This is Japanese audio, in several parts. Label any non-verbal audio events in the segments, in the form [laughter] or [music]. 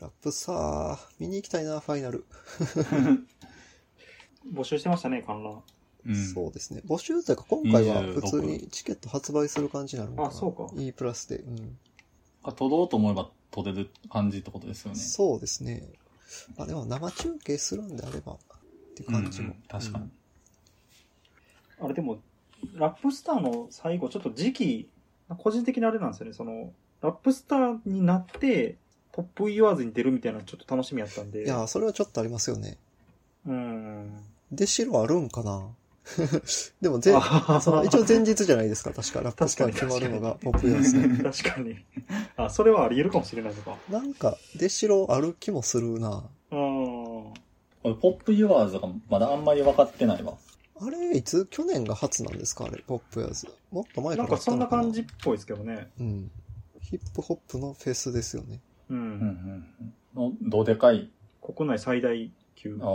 ラップさあ、見に行きたいな、ファイナル。募集してましたね、観覧。うん。そうですね。募集というか、今回は26普通にチケット発売する感じになるのかな。あそうか E プラスで。うん。あ、取ろうと思えば取れる感じってことですよね。そうですね。まあでも生中継するんであれば、っていう感じも。うんうん確かに。あれでも、ラップスターの最後、ちょっと時期、個人的なあれなんですよね。その、ラップスターになって、トップ言わずに出るみたいなのちょっと楽しみやったんうんで。いや、それはちょっとありますよね。うん。で、白あるんかな [laughs] でも全、あその一応前日じゃないですか、確か。ラップスター決まるのがポップヨースね。 [laughs] 確かに。あ、それはあり得るかもしれないのか。なんか、出白ある気もするな。うん。俺、ポップユアーズがまだあんまり分かってないわ。あれ、いつ去年が初なんですかあれ、ポップヤーズ。もっと前かならんかそんな感あじっぽいですけどね。ったのかな。うん。ヒップホップのフェスですよね。う。うんんうん。の、どうでかい。国内最大級あ。うんうあ。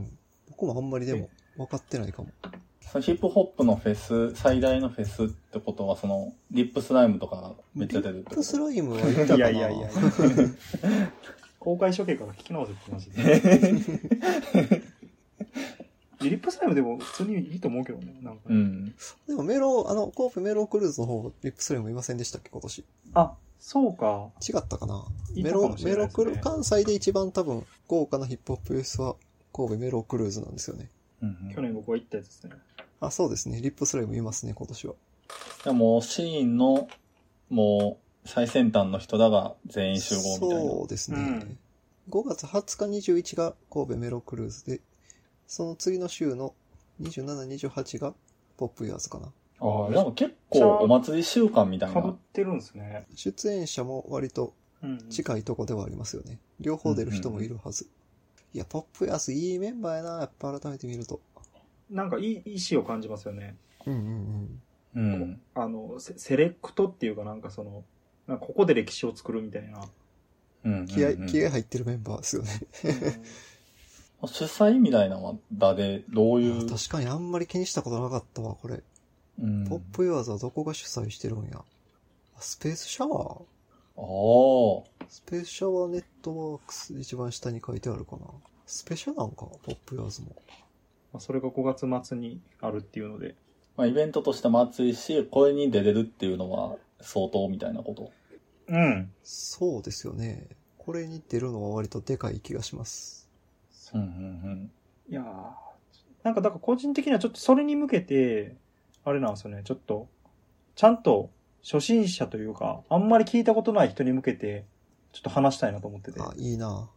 ん、僕もあんまりでも分かってないかも。そのヒップホップのフェス、最大のフェスってことは、その、リップスライムとかがめっちゃ出てるってリッこプスとライムは行ったかな。いやいやいや。公開処刑から聞き直せって話で。 [laughs] リップスライムでも普通にいいと思うけどね。なんかうん。 [laughs] でもメロ、あの、コープメロクルーズの方、リップスライムいませんでしたっけ、今年。違あ、そうか。ったかな。いメたかロも、しメれなロいですねクル、関西で一番多分、豪華なヒップホップフェスは、神戸メロクルーズなんですよね。うん去年僕は行ったやつですね。あ、そうですね。リップスライムいますね、今年は。でも、シーンの、もう、最先端の人だが全員集合みたいな。そうですね。うん5月20日21が神戸メロクルーズで、その次の週の27、28がポップユアーズかな。ああ、でも結構お祭り週間みたいかぶっな。てるんですね。出演者も割とうん。近いとこではありますよね。両方出る人もいるはず。いや、ポップユアーズいいメンバーやな、やっぱ改めて見ると。なんかいい、意思を感じますよね。うんうんうん。うん。あの、セセレクトっていうかなんかその、なんかここで歴史を作るみたい [laughs] な。うんうんうん気合、気合入ってるメンバーですよね。主催みたいなのは誰、どういう。確かにあんまり気にしたことなかったわ、これ。うんポップユアーズはどこが主催してるんや。あスペースシャワーああ。スペースシャワーネットワークス一番下に書いてあるかな。スペシャなんか、ポップヤーズも。まあ、それが5月末にあるっていうので。まあ、イベントとしても熱いし、これに出れるっていうのは相当みたいなこと。うん。そうですよね。これに出るのは割とでかい気がします。うんうんいやーなんかだから個人的にはちょっとそれに向けて、あれなんですよね、ちょっと、ちゃんと初心者というか、あんまり聞いたことない人に向けて、ちょっと話したいなと思ってて。あ、いいな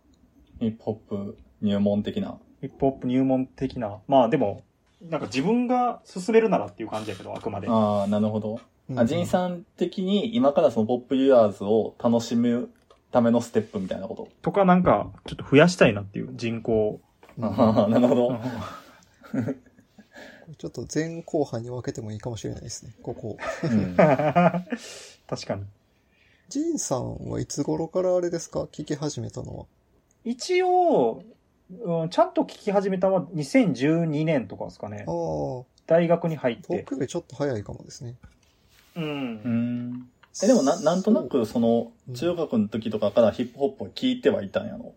うん。ヒップホップ入門的な。ヒップホップ入門的な。まあでも、なんか自分が進めるならっていう感じやけど、あくまで。ああ、なるほど。あ、ジンん。さん的に今からそのポップユアーズを楽しむためのステップみたいなこと。とかなんか、ちょっと増やしたいなっていう人 [laughs] 口を。ああ、 [laughs] なるほど。ちょっと前後半に分けてもいいかもしれないですね。ここ。う確んかに。ジンさんはいつ頃からあれですか聞き始めたのは。一応、うん、ちゃんと聞き始めたのは2012年とかですかねあ。あ、大学に入って。僕よりちょっと早いかもですね。うんう。ん。え、でもな、なんとなくそのうん中学の時とかからヒップホップを聞いてはいたんやろ。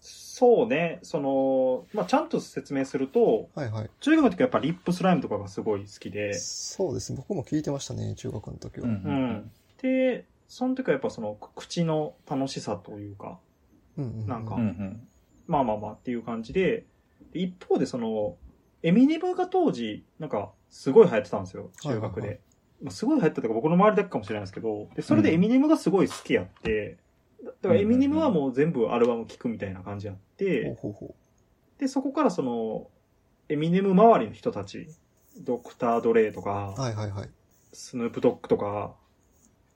そうね、その、まあ、ちゃんと説明すると、そう。はいはい。中学の時はやっぱリップスライムとかがすごい好きで、そうですね。僕も聞いてましたね、中学の時は。うん。で、その時はやっぱその、く口の楽しさというか、うんうんうんなんかうんうん。まあまあまあっていう感じで、で一方でその、エミネムが当時、なんか、すごい流行ってたんですよ、中はい学はいはで。まあすごい流行ってたというか、僕の周りだけかもしれないですけど、で、それでエミネムがすごい好きやって、だだからエミネムはもう全部アルバム聴くみたいな感じやって、ほうほうほで、そこからその、エミネム周りの人たち、ドクター・ドレイとう。か、はいはいはい。スヌープ・ドッグとか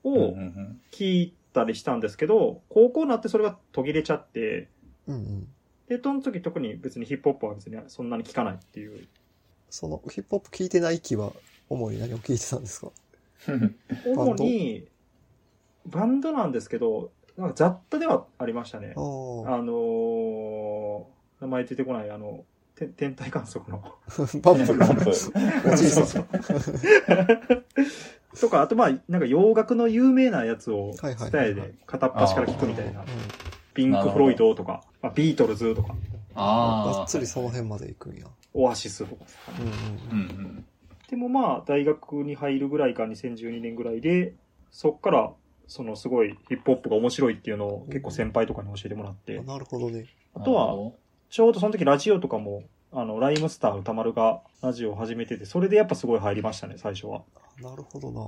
うんをうん聞いたりしたんですけど、高校になってそれが途切れちゃって、うんうん。で、その時特に別にヒップホップは別にそんなに聞かないっていう。そのヒップホップ聞いてない期は主に何を聞いてたんですかうん。主に、バンドなんですけど、なんか雑多ではありましたねあ。あ、あのー、名前出てこない、あの、て天体観測の。バンプランのプ。おじいさん。とか、あとまあ、なんか洋楽の有名なやつをはいはい伝えで片っ端から聞くみたいなうん。ピンク・フロイドとか、まあ、ビートルズとか、ああ。がっつりその辺まで行くんや。オアシスとかさ。うんうんうんうん。でもまあ、大学に入るぐらいか、2012年ぐらいで、そっから、そのすごいヒップホップが面白いっていうのを結構先輩とかに教えてもらっうてん。、なるほどね。あとは、ちょうどその時ラジオとかも、あの、ライムスター歌丸がラジオを始めてて、それでやっぱすごい入りましたね、最 [laughs] 初は。なるほどな。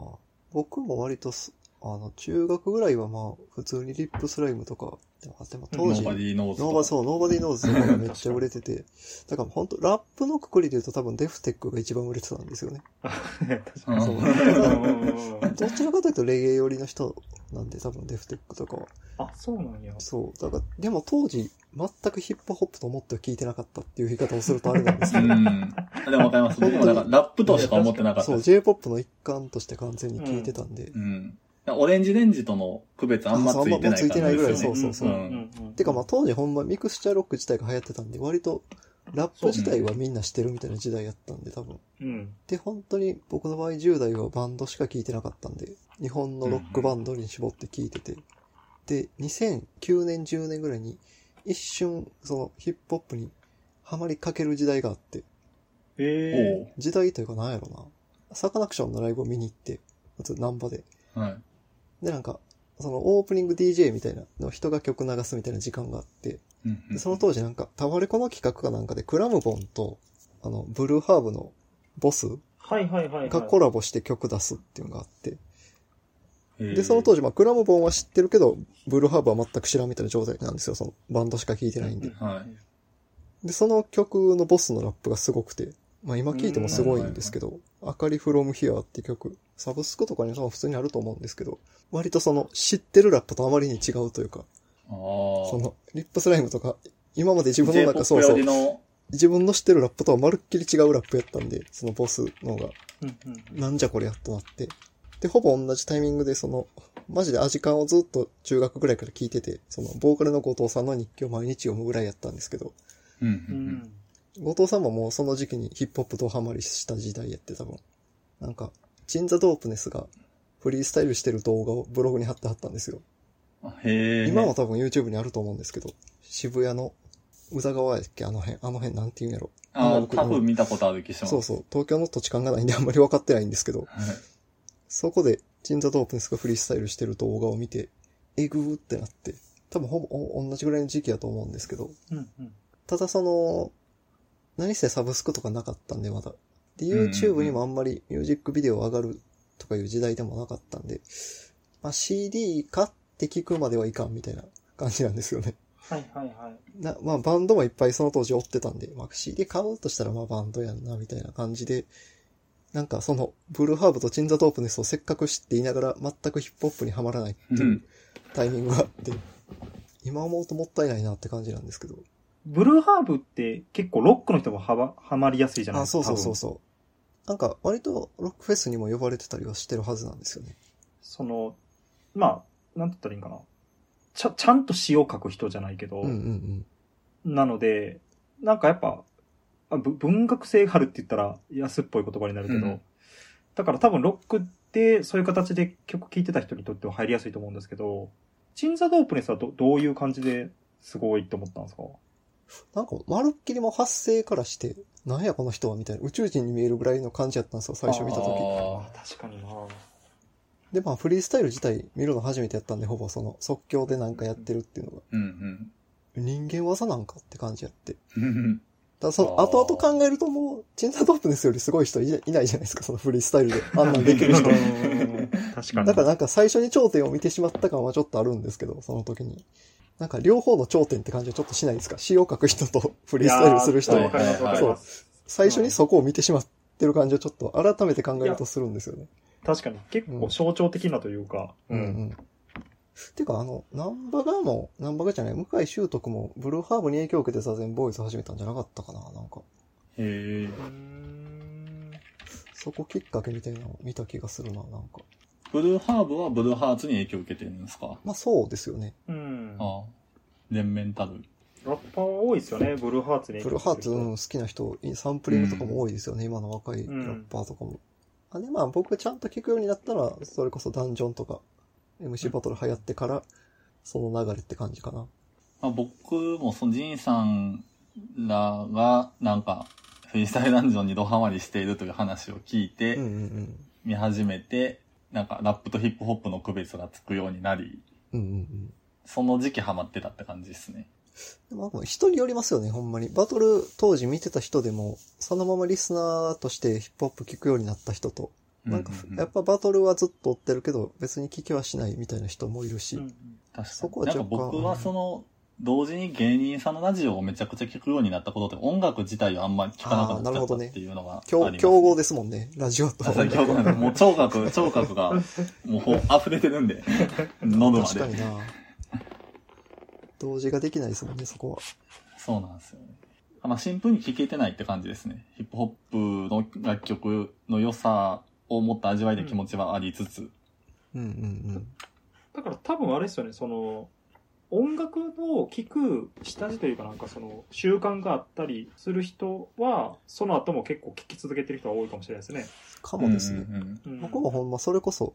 僕も割とす、あの、中学ぐらいはまあ、普通にリップスライムとか、でもでもノ当ー時、バノディーノーズと。ーバそう、ノーバディーノーズとかがめっちゃ売れてて、 [laughs] だから本当ラップのくくりで言うと多分デフテックが一番売れてたんですよね。確かうんに。そう [laughs] うんうんうんどちらかというとレゲエ寄りの人なんで多分デフテックとかは。あ、そうなんや。そう。だから、でも当時、全くヒップホップと思っては聞いてなかったっていう言い方をするとあれなんですけうど、ん。でもわかります。僕もなんかラップとしか思ってなかったそでう、す。 J-POP の一環として完全に聞いてたんで。うん。オレンジレンジとの区別あんまついてない感じあんですまついてないぐらいよそねうそうそううんんうんてかまあ当時ほんまミクスチャーロック自体が流行ってたんで、割とラップ自体はみんな知ってるみたいな時代やったんで、多分。うん。で、本当に僕の場合10代はバンドしか聴いてなかったんで、日本のロックバンドに絞って聴いてて。で、2009年、10年ぐらいに一瞬そのヒップホップにハマりかける時代があって、ええ時代というかなんやろな。サカナクションのライブを見に行って、まずナンバで。おうはい。で、なんか、そのオープニング DJ みたいなの人が曲流すみたいな時間があって、うんうでんその当時なんか、タワレコの企画かなんかで、クラムボンと、あの、ブルーハーブのボスはいはいはいはい。。がコラボして曲出すっていうのがあって。へーで、その当時、まあ、クラムボンは知ってるけど、ブルーハーブは全く知らんみたいな状態なんですよ。その、バンドしか聴いてないんで。はいで、その曲のボスのラップがすごくて、まあ、今聴いてもすごいんですけど、あかりフロムヒアっていう曲、サブスクとかに多分普通にあると思うんですけど、割とその、知ってるラップとあまりに違うというか、ああ。その、リップスライムとか、今まで自分の J-POP 中、そうそうよ、りの、自分の知ってるラップとはまるっきり違うラップやったんで、そのボスの方が、うんうんうんなんじゃこりゃとなって。で、ほぼ同じタイミングで、その、マジでアジカンをずっと中学ぐらいから聞いてて、その、ボーカルの後藤さんの日記を毎日読むぐらいやったんですけど、うんううんうん。ん後藤さんももうその時期にヒップホップドハマりした時代やって多分。なんか、ジンザドープネスがフリースタイルしてる動画をブログに貼ってはったんですよ。へえ。今も多分 YouTube にあると思うんですけど、渋谷の宇田川駅あの辺、あの辺なんて言うんやろ。あ今あ、僕多分見たことある気します。そうそう、東京の土地勘がないんであんまり分かってないんですけど、はいそこで、ジンザドープネスがフリースタイルしてる動画を見て、えぐーってなって、多分ほぼお同じぐらいの時期だと思うんですけど、うんうん。ただその、何せサブスクとかなかったんでまだ。で、うんうん YouTube にもあんまりミュージックビデオ上がるとかいう時代でもなかったんで、まあ CD 買って聞くまではいかんみたいな感じなんですよね。はいはいはい。な、まあバンドもいっぱいその当時追ってたんで、まあ CD 買うとしたらまあバンドやんな、みたいな感じで、なんかその、ブルーハーブとチンザトープネスをせっかく知っていながら全くヒップホップにはまらないってう。いうんタイミングがあって、今思うともったいないなって感じなんですけど。ブルーハーブって結構ロックの人もはばはまりやすいじゃないあ、ですか。そうそうそう多分そう。なんか割とロックフェスにも呼ばれてたりはしてるはずなんですよね。その、まあ、なんて言ったらいいんかな。ちゃ、ちゃんと詩を書く人じゃないけど、うんうんうん。なので、なんかやっぱ、あぶ文学性があるって言ったら安っぽい言葉になるけど、うんだから多分ロックってそういう形で曲聴いてた人にとっては入りやすいと思うんですけど、チンザドープネスはどどういう感じですごいと思ったんですかなんかまるっきりもう発声からして、なんやこの人はみたいな宇宙人に見えるぐらいの感じやったんですよ、最初見た時。ああ確かになで、まあ、フリースタイル自体見るの初めてやったんで、ほぼその即興でなんかやってるっていうのが、ーうん人間技なんかって感じやって。うん。ただその、あー後々考えるともう、チンザドープネスよりすごい人いないいないじゃないですか、そのフリースタイルで。あんなんできる人。確かに。だからなんか最初に頂点を見てしまった感はちょっとあるんですけど、その時に。なんか両方の頂点って感じはちょっとしないですか詩を書く人と [laughs] フリースタイルする人いやのーわかりますわかります。最初にそこを見てしまってる感じはちょっと改めて考えるとするんですよね。確かに結構象徴的なというか、うんうん。てか、あの、ナンバがも、ナンバがじゃない、向井修徳も、ブルーハーブに影響を受けて座禅ボーイズ始めたんじゃなかったかな、なんか。へえ。うんそこきっかけみたいなのを見た気がするな、なんか。ブルーハーブはブルーハーツに影響を受けてるんですかまあそうですよね。うん。ラああ。全面たる。ッパー多いですよね、ブルーハーツにブ影ルー響ハーするツ、人。うん、好きな人、サンプリングとかも多いですよね、今の若いラッパーとかも。あで、まあ僕ちゃんと聞くようになったら、それこそダンジョンとか、MC バトル流行ってから、その流れって感じかな。まあ、僕もそのジンさんらがなんかフリースタイルダンジョンにドハマりしているという話を聞いて、うんうん見始めて、なんかラップとヒップホップの区別がつくようになり、うん。うんうんうん。その時期ハマってたって感じですね。でもまあ人によりますよね、ほんまに。バトル当時見てた人でも、そのままリスナーとしてヒップホップ聞くようになった人と、なんかうううやっぱバトルはずっと追ってるけど、別に聞きはしないみたいな人もいるし。確かそにこ。はなん若か干僕はその、同時に芸人さんのラジオをめちゃくちゃ聞くようになったことで、音楽自体をあんまり聞かなくなっちゃったっていうのがあります、競ね。競合ですもんね、ラジオと。あ。そう競合なんです。もう聴覚、聴覚が、もうほ溢れてるんで、喉ま確かにで。な。同時ができないですもんね、そこは。そうなんですよね。あまあ、新聞に聞けてないって感じですね。ヒップホップの楽曲の良さをもっと味わいで気持ちはありつつ、うんうんだから多分あれですよね、その、音楽を聴く下地というかなんかその習慣があったりする人は、その後も結構聴き続けてる人は多いかもしれないですね。うん。かもですね。うんうんうんうん僕もほんまそれこそ、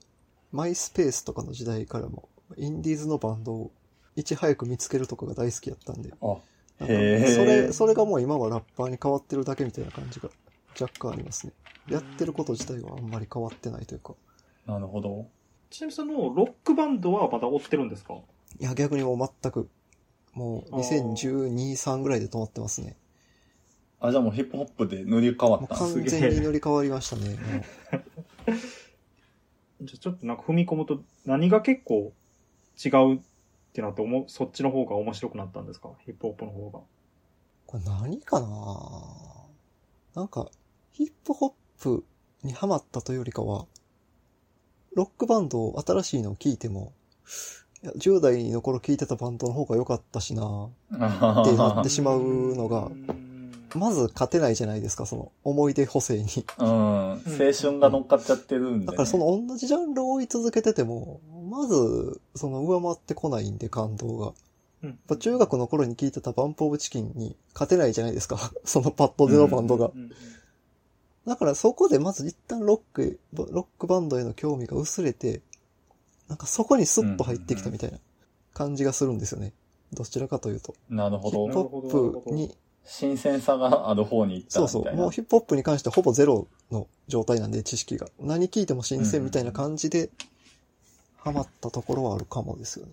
マイスペースとかの時代からも、インディーズのバンドをいち早く見つけるとかが大好きやったんで、あ、なんかへえ。それ、それがもう今はラッパーに変わってるだけみたいな感じが若干ありますね。やってること自体はあんまり変わってないというか。なるほど。ちなみにその、ロックバンドはまだ追ってるんですかいや、逆にもう全く、もうあー2012、3ぐらいで止まってますね。あ、じゃあもうヒップホップで塗り替わもっうたんです完げえ全に乗り換わりま [laughs] したね。もうじゃあちょっとなんか踏み込むと、何が結構違うってなって思う、そっちの方が面白くなったんですかヒップホップの方が。これ何かななんか、ヒップホップにハマったというよりかは、ロックバンドを新しいのを聞いても、いや10代の頃聞いてたバンドの方が良かったしなってなってしまうのがーんまず勝てないじゃないですか、その思い出補正に。 [laughs] うん、青春が乗っかっちゃってるんで、ね。だからその同じジャンルを追い続けてても、まず、その上回ってこないんで感動が。やっうんぱ中学の頃に聞いてたバンプオブチキンに勝てないじゃないですか。 [laughs] そのパッドでのバンドがう。んうんだからそこでまず一旦ロックへ、ロックバンドへの興味が薄れて、なんかそこにスッと入ってきたみたいな感じがするんですよね。どちらかというと。なるほヒップど。ホップに、新鮮さがある方に行ったそみうたいそな。う。もうヒップホップに関してほぼゼロの状態なんで、知識が。何聞いても新鮮みたいな感じで、ハマったところはあるかもですよね。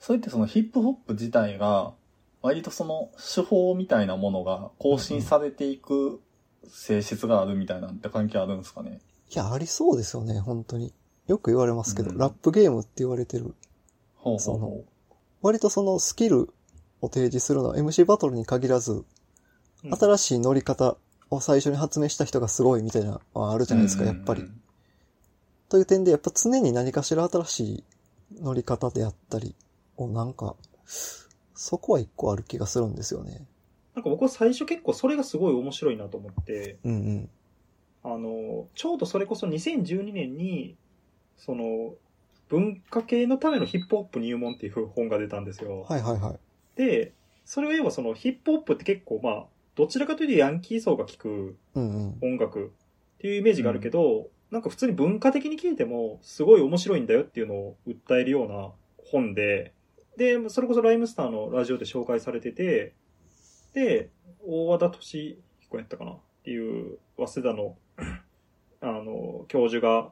それってそのヒップホップ自体が、割とその手法みたいなものが更新されていく性質があるみたいなんて関係あるんですかね。いや、ありそうですよね、本当に。よく言われますけど、うんラップゲームって言われてる。ほうほそうのほ割とそのスキルを提示するのは MC バトルに限らず、うん新しい乗り方を最初に発明した人がすごいみたいなのはあるう。じゃないですか、やっぱり。という点で、やっぱ常に何かしら新しい乗り方であったりをなんか、そこは一個ある気がするんですよね。なんか僕は最初結構それがすごい面白いなと思って、うんうん。あの、ちょうどそれこそ2012年に、その、文化系のためのヒップホップ入門っていう本が出たんですよ。はいはいはい。で、それを言えばそのヒップホップって結構まあ、どちらかというとヤンキー層が聴くうんうん。音楽っていうイメージがあるけど、なんか普通に文化的に聴いてもすごい面白いんだよっていうのを訴えるような本で、で、それこそライムスターのラジオで紹介されてて、で、大和田敏彦やったかなっていう、早稲田の、 [clears throat] あの、教授が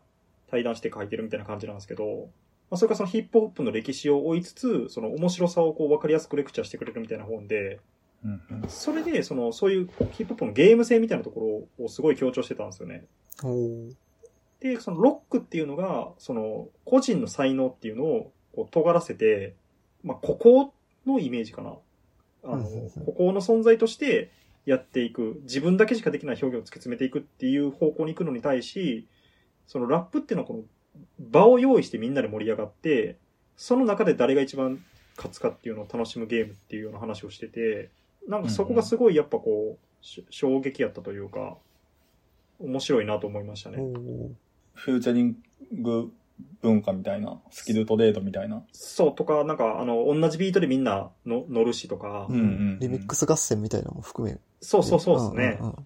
対談して書いてるみたいな感じなんですけど、まあ、それからそのヒップホップの歴史を追いつつ、その面白さをこう分かりやすくレクチャーしてくれるみたいな本で、うんうんそれで、その、そういうヒップホップのゲーム性みたいなところをすごい強調してたんですよね。おーで、そのロックっていうのが、その、個人の才能っていうのを、こう、尖らせて、まあ、ここのイメージかな。あうんのうんうん、ここの存在としてやっていく、自分だけしかできない表現を突き詰めていくっていう方向に行くのに対し、そのラップっていうのはこの、場を用意してみんなで盛り上がって、その中で誰が一番勝つかっていうのを楽しむゲームっていうような話をしてて、なんかそこがすごいやっぱこう、し衝撃やったというか、面白いなと思いましたね。おーフューチャリング文化みたいな、スキルトレードみたいな。そうとか、なんか、あの、同じビートでみんなの乗るしとか、うんうんうんリミックス合戦みたいなのも含め。そうそうそうですね。んうん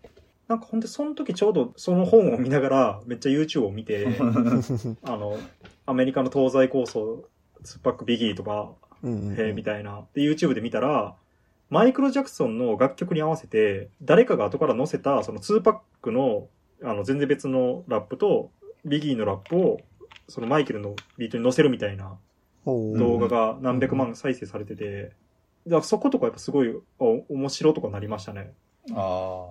なんかほんで、その時ちょうどその本を見ながら、めっちゃ YouTube を見て、うん。あの、アメリカの東西構想、ツッパックビギーとか、うんうんへえ、みたいな。で、YouTube で見たら、マイクロ・ジャクソンの楽曲に合わせて、誰かが後から載せた、その2パックの、あの、全然別のラップと、ビギーのラップを、そのマイケルのビートに載せるみたいなほう動画が何百万再生されてて、だからそことかやっぱすごい、お、面白とかなりましたね。 [laughs] あ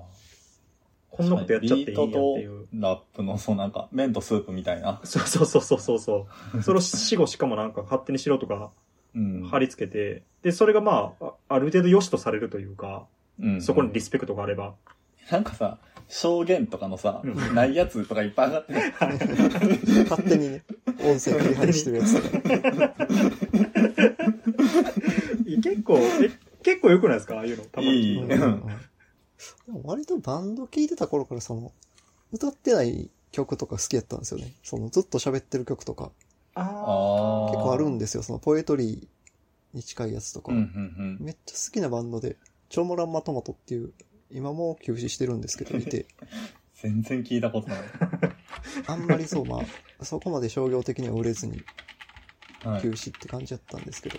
こんなことやっちゃっていいんやっていう。ーラップの、そうなんか、麺とスープみたいな。そうそうそうそうそうそう。それを死後しかもなんか勝手にしろとかうん。貼り付けて、で、それがまあ、あある程度良しとされるというか、うんそこにリスペクトがあれば。なんかさ、証言とかのさうん、ないやつとかいっぱい上がってる。勝手にね、音声切り離してるやつ。結構、え、結構良くないですかああいうの。たまに。いいうんうんうんでも割とバンド聴いてた頃からその、歌ってない曲とか好きやったんですよね。そのずっと喋ってる曲とかああー結 [laughs] 構あるんですよ。そのポエトリーに近いやつとか。うん、うん、めっちゃ好きなバンドで、チョモランマトマトっていう、今も休止してるんですけど、いて、全然聞いたことない。あんまりそう、まあ、そこまで商業的には売れずにはい [laughs] 休。止って感じだったんですけど、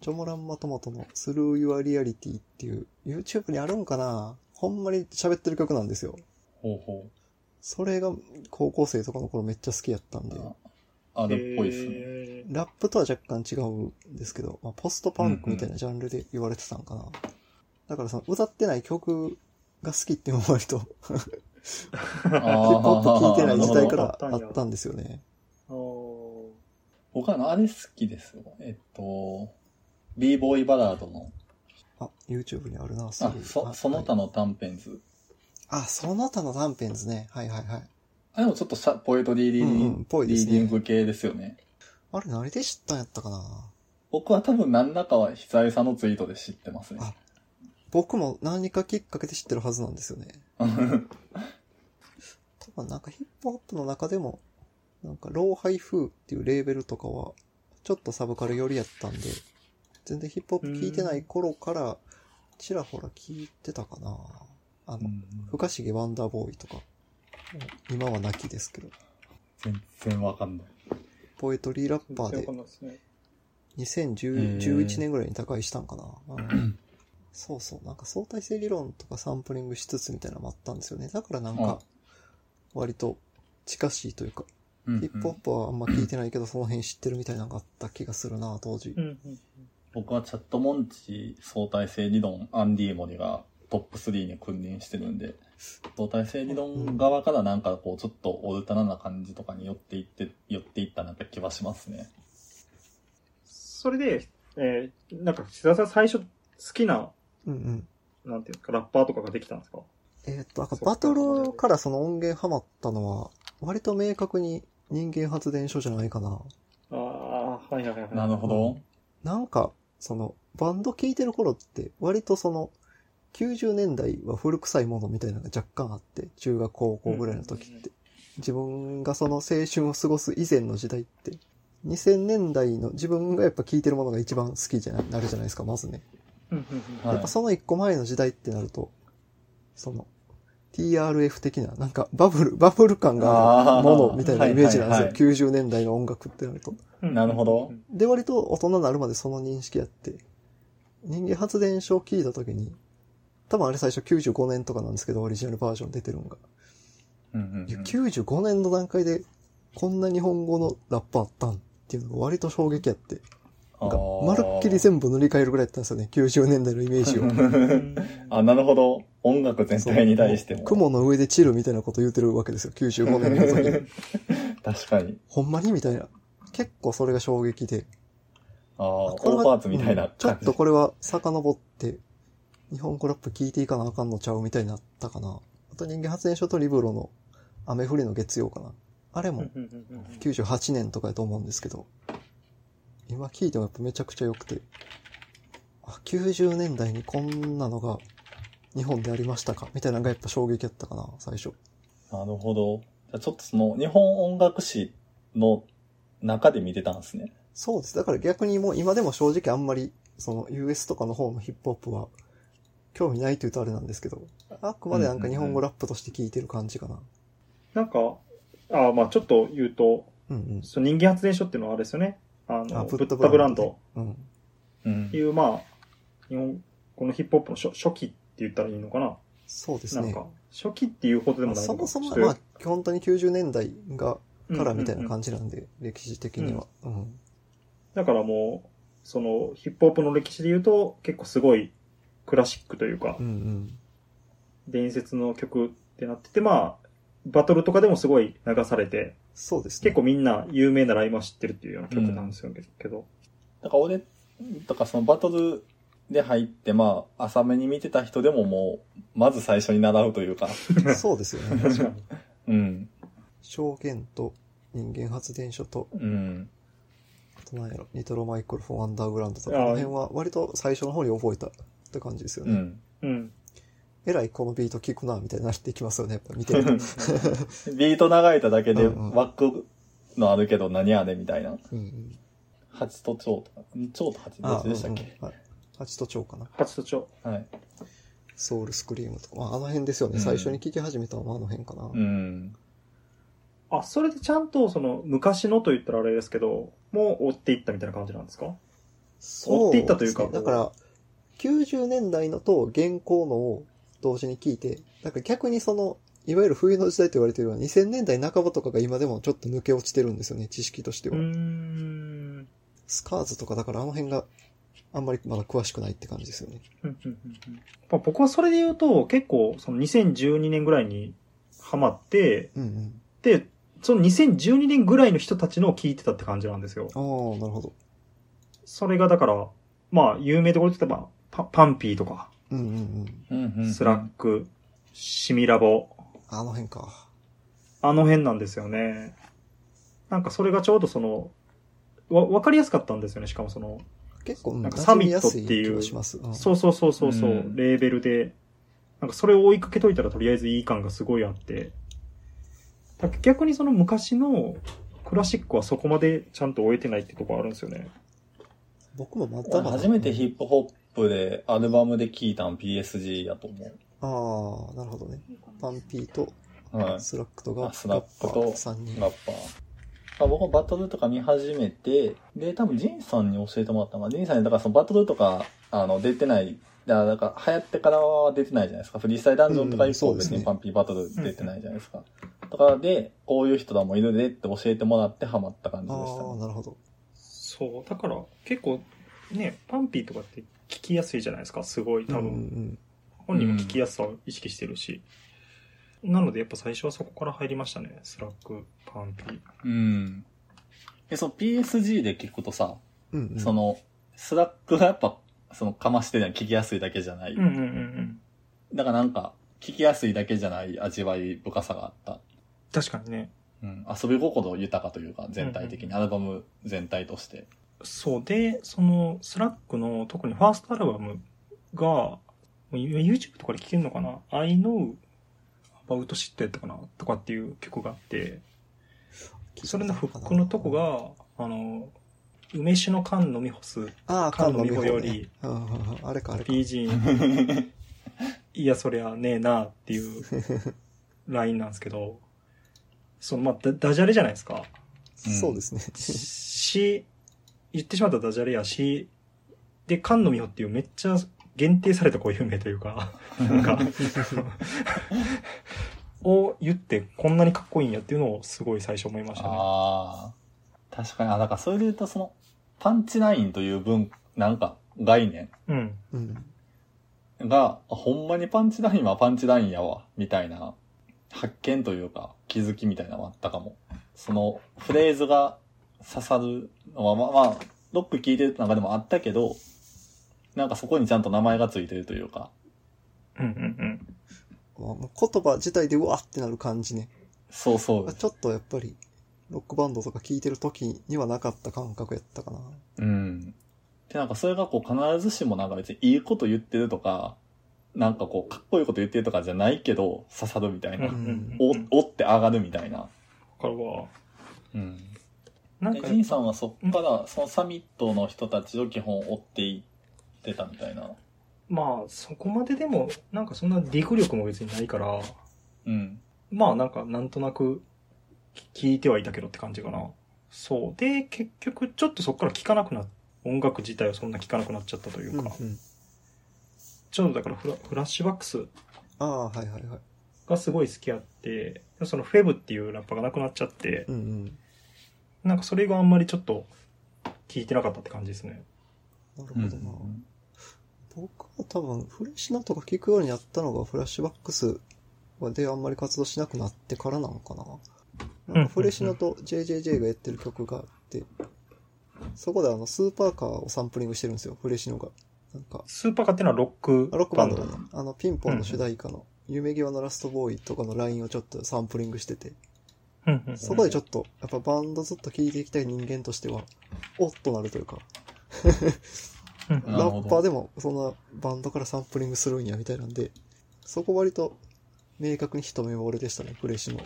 チョモランマトマトのスルーユアリアリティっていう、YouTube にあるんかなほんまに喋ってる曲なんですよ。ほうほそれが高校生とかの頃めっちゃ好きやったんで、あう。あるっぽいっす [laughs] ね。ね。ラップとは若干違うんですけど、まあ、ポストパンクみたいなジャンルで言われてたんかな。だからその歌ってない曲が好きっていうのも割と、ヒあーップホップ聴いてない時代かならるほどあったんですよね。あー僕はあのあれ好きですよ。えっと、b ボーイバラードの、あ、YouTube にあるな、そあういう、そ、その他はいの短編図。あ、その他の短編ですね。はいはいはい。あれもちょっとシャポエトリーリーディングうんうんぽいですねリーディング系ですよね。あれ何で知ったんやったかな僕は多分何らかは久々のツイートで知ってますね。あ僕も何かきっかけで知ってるはずなんですよね。 [laughs] 多分なんかヒップホップの中でも、なんかローハイフーっていうレーベルとかは、ちょっとサブカル寄りやったんで、全然ヒップホップ聞いてない頃から、ちらほら聞いてたかな。あうの、ん不可思議ワンダーボーイとか、もう今はなきですけど、全然わかんない。ポエトリーラッパー全然わでかんないですねへー2011年ぐらいに他界したんかな。 [clears throat] うんそうそう、なんか相対性理論とかサンプリングしつつみたいなのもあったんですよね。だからなんあか、割と近しいというか、うんうんヒップホップはあんま聞いてないけど、その辺知ってるみたいなのがあった気がするな、当時う。んうん僕はチャットモンチ相対性理論、アンディモリがトップ3に君臨してるんで、相対性理論側からなんかこうちょっとオルタナな感じとかに寄っていって、寄っていったなんか気はしますね。それで、えー、なんか、志田さん最初好きな、うんうん。なんていうんですか、ラッパーとかができたんですかえーっと、なんかバトルからその音源ハマったのは、割と明確に人間発電所じゃないかな。ああ、はいはいはいはい。なるほど。なんか、その、バンド聴いてる頃って、割とその、90年代は古臭いものみたいなのが若干あって、中学高校ぐらいの時うんうんって。自分がその青春を過ごす以前の時代って、2000年代の自分がやっぱ聴いてるものが一番好きじゃななるじゃないですか、まずね。うんうんうんはいやっぱその一個前の時代ってなると、その、TRF 的な、なんかバブル、バブル感があるものみたいなイメージなんですよ。あーはいはいはい90年代の音楽ってなると。うんなるほどうんで、割と大人になるまでその認識やって、人間発電所を聞いた時に、多分あれ最初95年とかなんですけど、オリジナルバージョン出てるんが。うんうんいやうん95年の段階で、こんな日本語のラップあったんっていうのが割と衝撃やって、なんかまるっきり全部塗り替えるぐらいやったんですよね、90年代のイメージを。うんあ、なるほど。音楽 [laughs] 全体に対しても。雲の上でチルみたいなこと言うてるわけですよ、95年の [laughs] 時に。確かに。ほんまにみたいな。結構それが衝撃で。ああ、オこれはーパーツみたいなうんちょ感っじ。とこれは遡って、日本語ラップ聞いていかなあかんのちゃうみたいになったかな。あと人間発電所とリブロの雨降りの月曜かな。あれうんもうんうんうん98年とかやと思うんですけど、今聞いてもやっぱめちゃくちゃ良くて、あ、90年代にこんなのが日本でありましたかみたいなのがやっぱ衝撃やったかな、最初。なるほど。じゃあちょっとその、日本音楽史の中で見てたんですね。そうです。だから逆にもう今でも正直あんまり、その US とかの方のヒップホップは、興味ないというとあれなんですけど、あくまでなんか日本語ラップとして聞いてる感じかな。なんか、あーまあちょっと言うと、うんうん。その人間発電所っていうのはあれですよね。ああの、あブブッッダダブブラランンドドうん。うんって。いう、まあ、日本、このヒップホップの初初期って言ったらいいのかな、そうですなんね。か、初期っていうほどでまもあないそのかもそも、ちょまっあ、本当に90年代が、とからみたいなうんうんうん感じなんで、歴史的には。うん。だからもう、その、ヒップホップの歴史で言うと、結構すごいクラシックというかう、んうん。伝説の曲ってなってて、まあ、バトルとかでもすごい流されて、そうですね。 [laughs] 結構みんな有名なライマー知ってるっていうような曲なんですよけど。だから俺とかそのバトルで入ってまあ浅めに見てた人でももうまず最初に習うというか、そうですよね。確かに。うん、証言と人間発電所と、うん、あとなんやろ、ニトロマイクロフォンアンダーグラウンドとか、あこーの辺は割と最初の方に覚えたって感じですようね。ん。うん。えらいこのビート聞くな、みたいになっていきますよね、やっぱ見てると。ビート流れただけでうんうんワックのあるけど何あれみたいな。うんうん。八と蝶とか、蝶と八どっちでしたっけ、うんうんはい。八と蝶かな。初と蝶。はい。ソウルスクリームとか、まあ、あの辺ですよね。うん最初に聴き始めたのはあの辺かな。うん。あ、それでちゃんと、その、昔のと言ったらあれですけど、もう追っていったみたいな感じなんですか追そっていったというかですねだから、90年代のと現行のを同時に聴いて、なんか逆にその、いわゆる冬の時代と言われてるような2000年代半ばとかが今でもちょっと抜け落ちてるんですよね、知識としてうーは。ん。スカーズとかだからあの辺があんまりまだ詳しくないって感じですよね。うんうんうんうんまあ僕はそれで言うと、結構、その2012年ぐらいにハマって、うんで、その2012年ぐらいの人たちのを聞いてたって感じなんですよ。うん。ああ、なるほど。それがだから、まあ、有名どころで言ったら、パパンピーとか、うんうんうん。うんうんスラック、シミラボ、あの辺か。あの辺なんですよね。なんかそれがちょうどその、わ、わかりやすかったんですよね。しかもその、結構、うん、なんか馴サ染ミみッやトっすていいう気がします。うんそうそうそうそうそう、うんレーベルで、なんかそれを追いかけといたらとりあえずいい感がすごいあって、だから逆にその昔のクラシックはそこまでちゃんと終えてないってとこあるんですよね。僕もまた俺まだ。初めてヒップホップでアルバムで聴いたの PSG やと思ああ、なるほどね。パンピーとう。はい。スラックとが、あスラックと3人。ラッパー。まあ、僕もバトルとか見始めて、で、多分ジンさんに教えてもらったのが、ジンさんに、だからそのバトルとか、あの、出てない、だからだから流行ってからは出てないじゃないですか。フリースタイルダンジョンとか以うんそ降うです別ねにパンピーバトル出てないじゃないですか。とかで、こういう人らもいるでって教えてもらってハマった感じあであしたー、ね。なるほど。そう、だから結構ね、パンピーとかって聞きやすいじゃないですか。すごい多うんう分、ん本人も聞きやすさを意識してるし。なのでやっぱ最初はそこから入りましたね。スラック、パンピー。うん。で、その PSG で聞くとさ、うん。うんうんその、スラックがやっぱ、その、かましてるのは聞きやすいだけじゃない。うんうんうんうん。だからなんか、聞きやすいだけじゃない味わい深さがあった。確かにね。うん、遊び心豊かというか、全体的に、アルバム全体として。そうで、その、スラックの、特にファーストアルバムが、もう YouTube とかで聴けるのかな ?I know about shit やったかなとかっていう曲があって、それのフックのとこ、が、あの、梅酒の缶飲み干すああ、菅菅野野美美穂穂よよりり。うんうんうんあれか、あれか。 PG [laughs] いや、そりゃねえなっていうラインなんですけど、その、まあ、ダダジャレじゃないですか。うんそうですね。し、言ってしまったらダジャレやし、で、菅野美穂っていうめっちゃ限定された固有名というか、なん [laughs] か、を言ってこんなにかっこいいんやっていうのをすごい最初思いましたね。ああ、確かに、あ、だからそれで言うと、その、パンチラインという文、なんか、概念うん。うん。が、あほんまにパンチラインはパンチラインやわ、みたいな、発見というか、気づきみたいなのがあったかも。その、フレーズが刺さるのは、まあ、まあ、ロック聞いてる中でもあったけど、なんかそこにちゃんと名前がついてるというか、うんうんまあもう言葉自体でうわってなる感じね。そうそう。ちょっとやっぱり、ロックバンドとか聴いてる時にはなかった感覚やったかな。うん。で、なんかそれがこう必ずしもなんか別にいいこと言ってるとか、なんかこうかっこいいこと言ってるとかじゃないけど、刺さるみたいうん。うんな。うんうん。お、おって上がるみたいな。これは、うん。なんで、かジ、ンさんはそっから、そのサミットの人たちを基本追っていってたみたいな。まあ、そこまででも、なんかそんなディグ力も別にないから、うん。まあなんかなんとなく聞いてはいたけどって感じかな。そう。で、結局、ちょっとそこから聴かなくなっ音楽自体をそんな聴かなくなっちゃったといううんうか、ん。ちょっとだからフラフラッシュバックスああ、はいはいはい。がすごい好きあって、そのフェブっていうラッパがなくなっちゃって、うんうん。なんかそれがあんまりちょっと聴いてなかったって感じですね。なるほうどんな。僕は多分、フレッシュなとか聞くようになったのが、フラッシュバックスであんまり活動しなくなってからなのかな。なんか、フレッシュなと JJJ がやってる曲があって、そこであの、スーパーカーをサンプリングしてるんですよ、フレッシュのが。なんか、スーパーカーっていうのはロッあロッククババンンドドだね。あの、ピンポンの主題歌の、夢際のラストボーイとかのラインをちょっとサンプリングしてて、うんうんうんそこでちょっと、やっぱバンドずっと聴いていきたい人間としては、おっとなるというか、うんうんなるラほどッパーでもそんなバンドからサンプリングするんやみたいなんで、そこ割と明確に一目惚れでしたね、フレッシュの。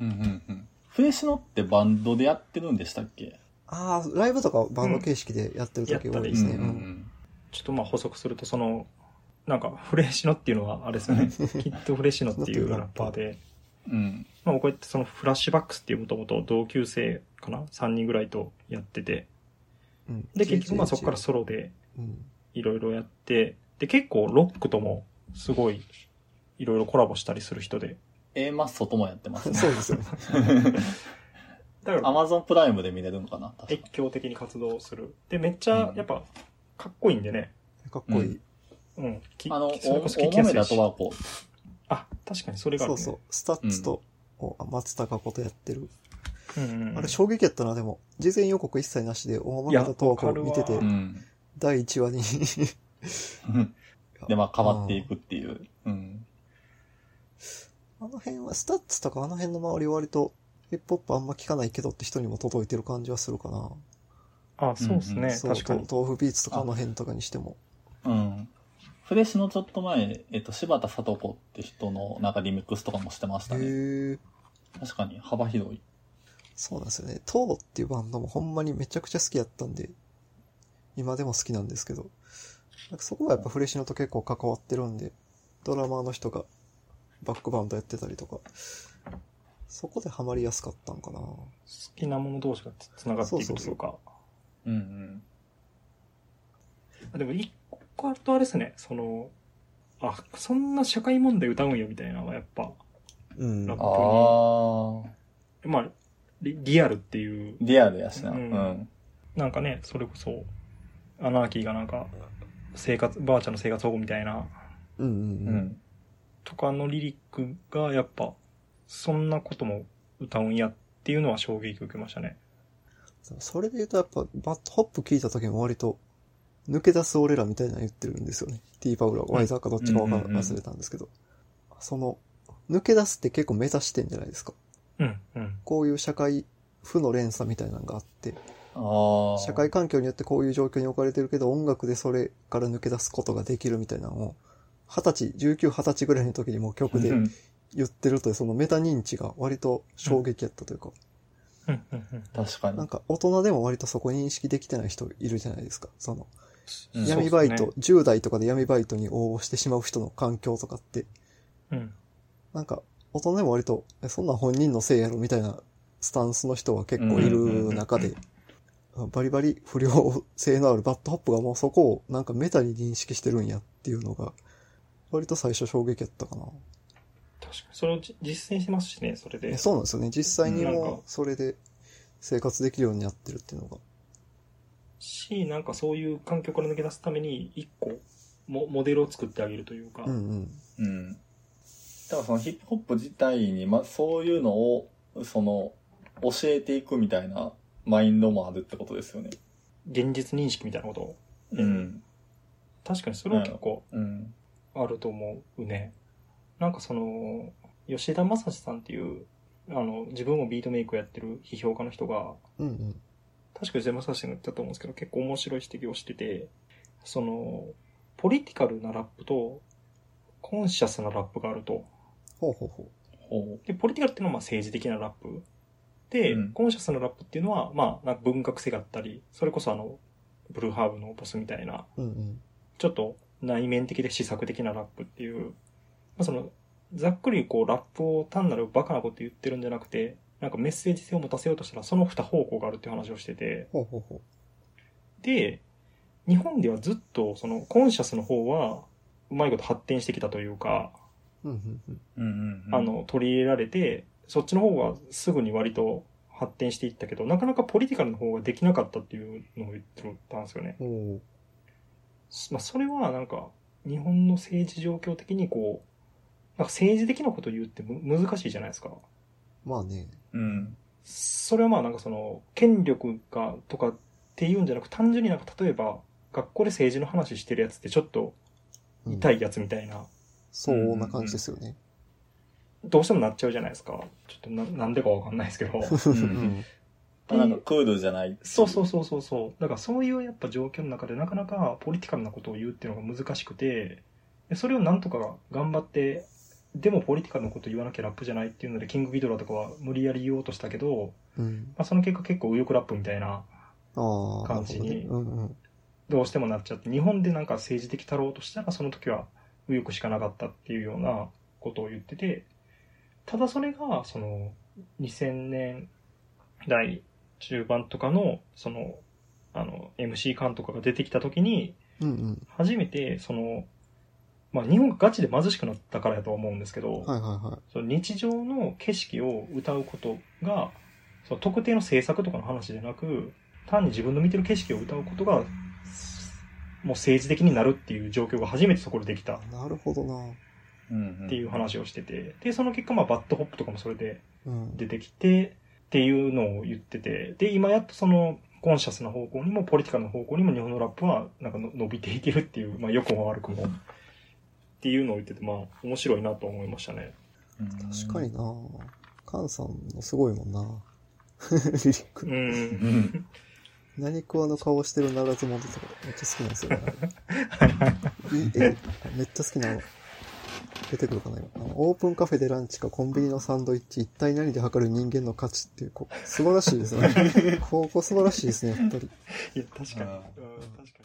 うんうんうん。フレッシュノってバンドでやってるんでしたっけああ、ライブとかはバンド形式でやってる時多いですね。ううんうんうんんちょっとまあ補足すると、その、なんかフレッシュノっていうのはあれです [laughs] よね。きっとフレッシュノっていうラッパーで、うん。まあこうやってそのフラッシュバックスっていうもともと同級生かな ?3 人ぐらいとやってて、うんで結局まあそこからソロでうんいろいろやって、で結構ロックともすごいいろいろコラボしたりする人で、 A マッソともやってますね。 [laughs] そうですよね。だから Amazon プライムで見れるのかな確越か境的に活動する。で、めっちゃやっぱかっこいいんでね。かっこいい。うんうん。きあの、それおこそ聞きやす大豆いだしとはこう、あ、確かにそれがそうあるね。そう。スタッツと、お松たか子とやってる。うんうんうんあれ衝撃やったな、でも。事前予告一切なしで、大豆田とはこう見ていてやわう、ん。第1話に [laughs] で、まあ変わっていくっていう。うん。あの辺は、スタッツとかあの辺の周りは割と、ヒップホップあんま聞かないけどって人にも届いてる感じはするかな。あ、そうですね。そう確かに。豆腐ビーツとかあの辺とかにしても。うん。フレッシュのちょっと前、えっと、柴田聡子って人のなんかリミックスとかもしてましたへね。ー確かに幅広い。そうなんですよね。トーっていうバンドもほんまにめちゃくちゃ好きやったんで、今でも好きなんですけど、なんかそこはやっぱフレッシュノと結構関わってるんで、ドラマーの人がバックバンドやってたりとか、そこでハマりやすかったんかな。好きなもの同士がつつながっていくというそか。うそううんうん。あでも一個あるとあれですね、その、あ、そんな社会問題歌うんやみたいなのはやっぱ、うん。なんかあああ。まあ、リリアルっていう、リアルやしな。ううんん。なんかね、それこそ、アナーキーがなんか、生活、ばあちゃんの生活保護みたいな、うんうんううん。ん。とかのリリックがやっぱ、そんなことも歌うんやっていうのは衝撃受けましたね。それで言うとやっぱ、バッドホップ聞いた時も割と、抜け出す俺らみたいなの言ってるんですよね。ティーパウラ、ワイザーかどっちかわかうんうんうん忘れたんですけど。その、抜け出すって結構目指してんじゃないですか。うん、うん。こういう社会負の連鎖みたいなのがあって、ああ。社会環境によってこういう状況に置かれてるけど、音楽でそれから抜け出すことができるみたいなのを、二十歳、19、20歳ぐらいの時にもう曲うでん言ってるという、そのメタ認知が割と衝撃やったというか、うん、うん、うん。確かなんに。か大人でも割とそこ認識できてない人いるじゃないですか。その、うん闇バイト、10代とかで闇バイトに応募してしまう人の環境とかって、うん。なんか大人でも割と、えそんなん本人のせいやろみたいなスタンスの人は結構いる中で、バリバリ不良性のあるバッドホップがもうそこをなんかメタに認識してるんやっていうのが、割と最初衝撃やったかな。確かに。それをじ実践してますしね、それでえ。そうなんですよね。実際になんかもうそれで生活できるようになってるっていうのが。し、なんかそういう環境から抜け出すために、一個モ、モデルを作ってあげるというか。うんうん。うん。だからそのヒップホップ自体に、ま、そういうのを、その、教えていくみたいなマインドもあるってことですよね。現実認識みたいなことを。うん。確かにそれは結構うん。あると思うね。なんかその、吉田正史さんっていう、あの、自分もビートメイクをやってる批評家の人が、うんうん。確か吉田正史さんが言ったと思うんですけど、結構面白い指摘をしてて、その、ポリティカルなラップと、コンシャスなラップがあると。ほうほうほほで、ポリティカルっていうのはまあ政治的なラップ。で、うんコンシャスなラップっていうのは、まあ、なんか文学性があったり、それこそあの、ブルーハーブのボスみたいな、う。うんうん。ちょっと内面的で試作的なラップっていう、まあその、ざっくりこうラップを単なるバカなこと言ってるんじゃなくて、なんかメッセージ性を持たせようとしたら、その二方向があるっていう話をしてて、ほうほうほで、日本ではずっと、その、コンシャスの方は、うまいこと発展してきたというか、う。うんうんうん。うんうん。あ、の、取り入れられて、そっちの方がすぐに割と発展していったけど、なかなかポリティカルの方ができなかったっていうのを言ってたんですよね。おうまあ、それはなんか、日本の政治状況的にこう、なんか政治的なこと言うってむ難しいじゃないですか。まあね。うん。それはまあなんかその、権力がとかっていうんじゃなく、単純になんか例えば、学校で政治の話してるやつってちょっとうん痛いやつみたいな、そうな感じですよね。どうしてもなっちゃうじゃないですか。ちょっとななんでかわかんないですけど。ううんん。まあなんかクールじゃない。そうそうそうそうそう。だからそういうやっぱ状況の中でなかなかポリティカルなことを言うっていうのが難しくて、でそれをなんとか頑張って、でもポリティカルなこと言わなきゃラップじゃないっていうので、キングギドラとかは無理やり言おうとしたけど、うん。まあ、その結果結構右翼ラップみたいな、ああ、なる感ほじどね。にうんうん。どうしてもなっちゃって、日本でなんか政治的たろうとしたら、その時は右翼しかなかったっていうようなことを言ってて、ただそれが、その、2000年代中盤とかの、その、あの、MC 監とかが出てきた時に、うん初めて、その、まあ、日本がガチで貧しくなったからやとは思うんですけど、うん。はいはいはい。その日常の景色を歌うことが、その特定の制作とかの話じゃなく、単に自分の見てる景色を歌うことが、すもう政治的になるっていう状況が初めてそこでできたっなるほどな。うんうん。ていう話をしてて、で、その結果、まあ、バッドホップとかもそれでうん。出てきて、っていうのを言ってて、で、今やっとその、コンシャスな方向にも、ポリティカルな方向にも、日本のラップは、なんかの伸びていけるっていう、まあ、良くも悪くも、っていうのを言ってて、まあ、面白いなと思いましたね。うん。確かにな。カンさんのすごいもんな。 [laughs] リリッうク。んう。ん。何食わの顔してるならず者とかめっちゃ好きなんですよね。いいえ、めっちゃ好きなの。出てくるかな今あのオープンカフェでランチかコンビニのサンドイッチ、一体何で測る人間の価値っていう、こう素晴らしいですね。ここ素晴らしいですね、やっぱり。いや、確かに。うんあ確かに。